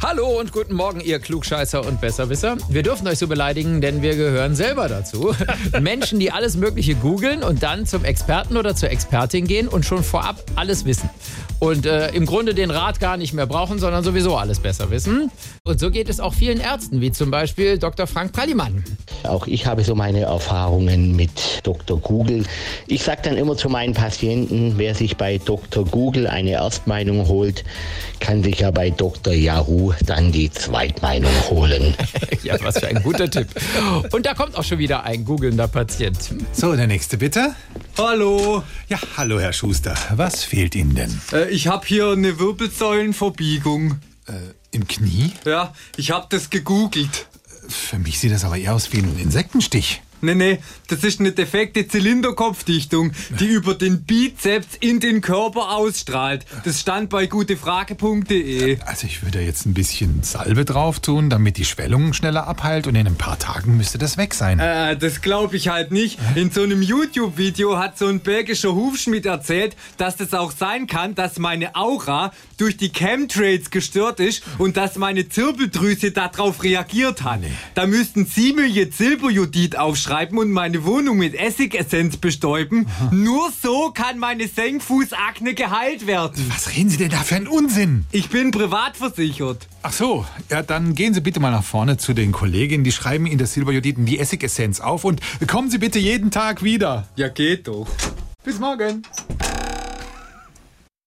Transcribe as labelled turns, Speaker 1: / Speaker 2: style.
Speaker 1: Hallo und guten Morgen, ihr Klugscheißer und Besserwisser. Wir dürfen euch so beleidigen, denn wir gehören selber dazu. Menschen, die alles Mögliche googeln und dann zum Experten oder zur Expertin gehen und schon vorab alles wissen. Und äh, im Grunde den Rat gar nicht mehr brauchen, sondern sowieso alles besser wissen. Und so geht es auch vielen Ärzten, wie zum Beispiel Dr. Frank Pallimann.
Speaker 2: Auch ich habe so meine Erfahrungen mit Dr. Google. Ich sage dann immer zu meinen Patienten, wer sich bei Dr. Google eine Erstmeinung holt, kann sich ja bei Dr. Yahoo dann die Zweitmeinung holen.
Speaker 1: Ja, was für ein guter Tipp. Und da kommt auch schon wieder ein googelnder Patient.
Speaker 3: So, der nächste bitte.
Speaker 4: Hallo,
Speaker 3: Ja, hallo Herr Schuster. Was fehlt Ihnen denn?
Speaker 4: äh, ich habe hier eine Wirbelsäulenverbiegung.
Speaker 3: Äh, Im Knie?
Speaker 4: Ja, ich habe das gegoogelt.
Speaker 3: Für mich sieht das aber eher aus wie ein Insektenstich.
Speaker 4: Nee, nee, das ist eine defekte Zylinderkopfdichtung, die über den Bizeps in den Körper ausstrahlt. Das stand bei gutefrage.de.
Speaker 3: Also ich würde jetzt ein bisschen Salbe drauf tun, damit die Schwellung schneller abheilt und in ein paar Tagen müsste das weg sein.
Speaker 4: Äh, das glaube ich halt nicht. In so einem YouTube-Video hat so ein belgischer Hufschmied erzählt, dass das auch sein kann, dass meine Aura durch die Chemtrails gestört ist und dass meine Zirbeldrüse darauf reagiert hat. Da müssten Sie mir jetzt Silberjodid aufschreiben und meine Wohnung mit Essigessenz bestäuben. Nur so kann meine Senkfußakne geheilt werden.
Speaker 3: Was reden Sie denn da für einen Unsinn?
Speaker 4: Ich bin privat versichert.
Speaker 3: Ach so, ja, dann gehen Sie bitte mal nach vorne zu den Kolleginnen, die schreiben Ihnen das Silberjodiden die Essigessenz auf und kommen Sie bitte jeden Tag wieder.
Speaker 4: Ja, geht doch.
Speaker 3: Bis morgen.